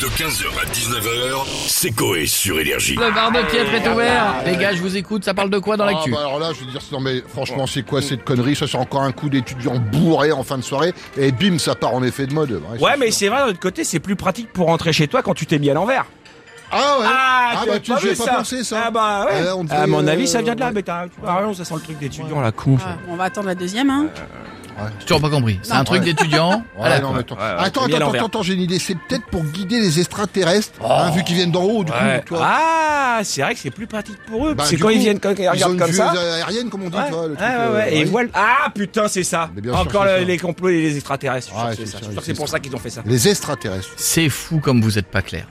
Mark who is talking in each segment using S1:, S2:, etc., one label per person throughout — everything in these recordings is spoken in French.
S1: De 15h à 19h, c'est Coé sur Énergie.
S2: Le bar de Pietre est ouvert. Les gars, je vous écoute. Ça parle de quoi dans
S3: Ah,
S2: l'actu
S3: bah alors là, je veux dire, non mais franchement, c'est quoi cette connerie Ça, c'est encore un coup d'étudiant bourré en fin de soirée, et bim, ça part en effet de mode. Ouais,
S4: Ouais,
S3: c'est
S4: mais
S3: sûr.
S4: c'est vrai, d'un autre côté, c'est plus pratique pour rentrer chez toi quand tu t'es mis à l'envers.
S3: Ah ouais Ah,
S4: tu
S3: bah
S4: as
S3: tu j'ai
S4: vu
S3: pas pensé ça
S4: Ah bah ouais.
S3: Ouais, on
S4: à
S3: devait,
S4: mon
S3: euh,
S4: avis, ça vient de là, mais t'as tu as raison, ça sent le truc d'étudiant, la con.
S5: Ah, on va attendre la deuxième, hein.
S2: J'ai toujours pas compris. C'est un
S5: Non.
S2: truc
S3: Ouais.
S2: d'étudiant.
S3: Ouais,
S2: Voilà.
S3: non, mais attends,
S4: Ouais, ouais,
S3: attends,
S4: c'est bien
S3: attends,
S4: l'envers.
S3: attends,
S4: Oh.
S3: attends, j'ai une idée. C'est peut-être pour guider les extraterrestres, hein, vu qu'ils viennent d'en haut, du
S4: Ouais.
S3: coup, tu vois.
S4: Ah, c'est vrai que c'est plus pratique pour eux,
S3: Bah,
S4: parce que
S3: du
S4: quand
S3: coup,
S4: ils viennent, quand ils
S3: Ils ont
S4: regardent
S3: une
S4: comme
S3: vue
S4: ça.
S3: aérienne, comme on dit,
S4: Ouais,
S3: tu vois, le
S4: ouais,
S3: truc,
S4: ouais,
S3: euh,
S4: ouais, et
S3: ouais.
S4: voilà. Ah putain, c'est ça.
S3: Mais bien sûr
S4: Encore
S3: que c'est
S4: le-
S3: ça.
S4: les complots et les extraterrestres. je suis
S3: Ouais,
S4: sûr que
S3: c'est
S4: c'est ça. Je
S3: sûr,
S4: suis sûr que
S3: c'est
S4: c'est pour
S3: ça.
S4: ça qu'ils ont fait ça.
S3: Les extraterrestres.
S2: C'est fou comme vous êtes pas clair.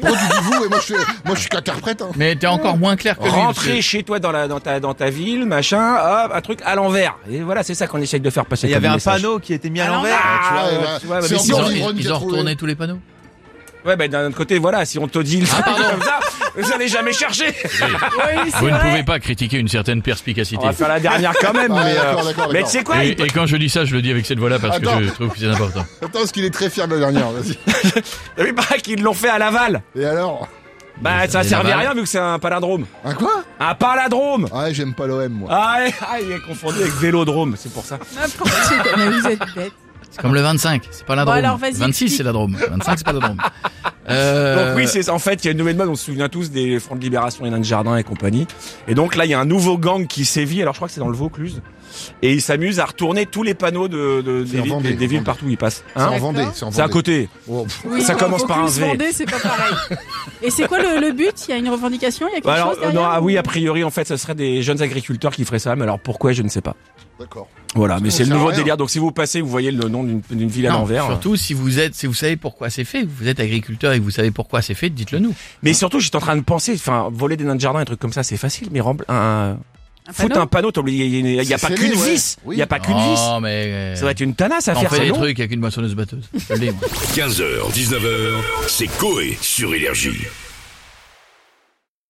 S3: Pourquoi tu dis vous et moi je suis, moi, je suis qu'interprète. Hein.
S2: Mais t'es encore moins clair que
S3: Oh,
S2: lui.
S4: Rentrer chez toi dans, la, dans, ta, dans ta ville, machin, hop, un truc à l'envers. Et voilà, c'est ça qu'on essaye de faire passer.
S6: Il y
S4: comme
S6: avait un
S4: message.
S6: panneau qui était mis à
S5: À l'envers.
S6: l'envers.
S4: Ah,
S3: Tu vois, bah,
S4: ouais, tu vois,
S3: c'est
S4: mais
S3: en
S4: si
S2: Ils
S4: on
S2: ont,
S3: Ambiance
S2: ils
S3: ironique à
S2: ont
S3: trouver.
S2: retourné tous les panneaux.
S4: Ouais, ben d'un autre côté, voilà, si on te
S3: Ah,
S4: dit le truc comme ça, vous allez jamais chercher.
S5: Oui, c'est
S7: Vous ne
S5: vrai.
S7: pouvez pas critiquer une certaine perspicacité.
S4: On va faire la dernière quand même,
S3: Ah,
S4: mais,
S3: d'accord,
S4: euh,
S3: d'accord,
S4: mais
S3: d'accord.
S4: tu sais quoi
S7: et,
S4: il
S7: et
S4: peut-
S7: quand je dis ça, je le dis avec cette voix-là parce
S3: Attends.
S7: que je trouve que c'est important.
S3: Attends, parce qu'il est très fier de la dernière. Vas-y.
S4: T'as vu pas bah, qu'ils l'ont fait à Laval
S3: Et alors
S4: Bah ça
S2: Et
S4: servait à
S2: Laval
S4: rien vu que c'est un paladrome.
S3: Un quoi
S4: Un paladrome
S3: Ah, j'aime pas l'OM, moi.
S4: ah, ouais, ah, il est confondu avec Vélodrome, c'est pour ça.
S5: N'importe quoi. Mais vous êtes bête.
S2: C'est comme le 25. C'est pas la
S5: Bon,
S2: Drôme.
S5: alors, vas-y,
S2: 26,
S5: explique.
S2: c'est la Drôme. 25, c'est pas la Drôme. Euh,
S4: Donc oui, c'est en fait, il y a une nouvelle mode, on se souvient tous des Fronts de Libération, les Nains de Jardin et compagnie. Et donc là, il y a un nouveau gang qui sévit, alors je crois que c'est dans le Vaucluse. Et il s'amuse à retourner tous les panneaux de, de-
S3: C'est
S4: des,
S3: en
S4: villes-
S3: Vendée,
S4: des- des
S3: en
S4: villes
S3: Vendée.
S4: partout où ils passent.
S3: c'est en
S4: Hein
S5: D'accord.
S3: Vendée, c'est en Vendée.
S4: C'est à côté.
S3: Oh, pff.
S5: Oui,
S4: Ça
S5: dans
S4: commence par un
S5: Vaucluse,
S4: V.
S5: Vendée, c'est pas pareil. Et c'est quoi le, le but Il y a une revendication Il y a quelque
S4: Bah alors,
S5: chose
S4: euh,
S5: derrière
S4: non, ah
S5: ou-
S4: oui, a priori, en fait, ce serait des jeunes agriculteurs qui feraient ça, mais alors pourquoi, je ne sais pas.
S3: D'accord.
S4: Voilà, mais
S3: Ça
S4: c'est le
S3: sert à
S4: nouveau
S3: rien.
S4: délire. Donc si vous passez, vous voyez le nom d'une d'une ville à
S2: non,
S7: hein.
S4: l'envers.
S2: surtout si vous êtes, si vous savez pourquoi c'est fait, vous êtes agriculteur et que vous savez pourquoi c'est fait, dites-le nous.
S4: Mais surtout, j'étais en train de penser, enfin, voler des nains de jardin, un truc comme ça, c'est facile, mais rempl- un,
S5: Un
S4: foutre
S5: panneau
S4: un panneau, t'as oublié, il n'y a,
S3: C'est
S4: pas
S3: scellé,
S4: qu'une
S3: ouais.
S4: vis. Il
S3: Oui.
S4: n'y a pas qu'une vis.
S2: oh, mais
S4: Ça va être une tanasse à
S2: on
S4: faire,
S2: fait
S4: ça,
S2: des
S4: non
S2: trucs avec une moissonneuse batteuse. Je le dis, moi.
S1: 15h, 19h, c'est Coé sur Énergie.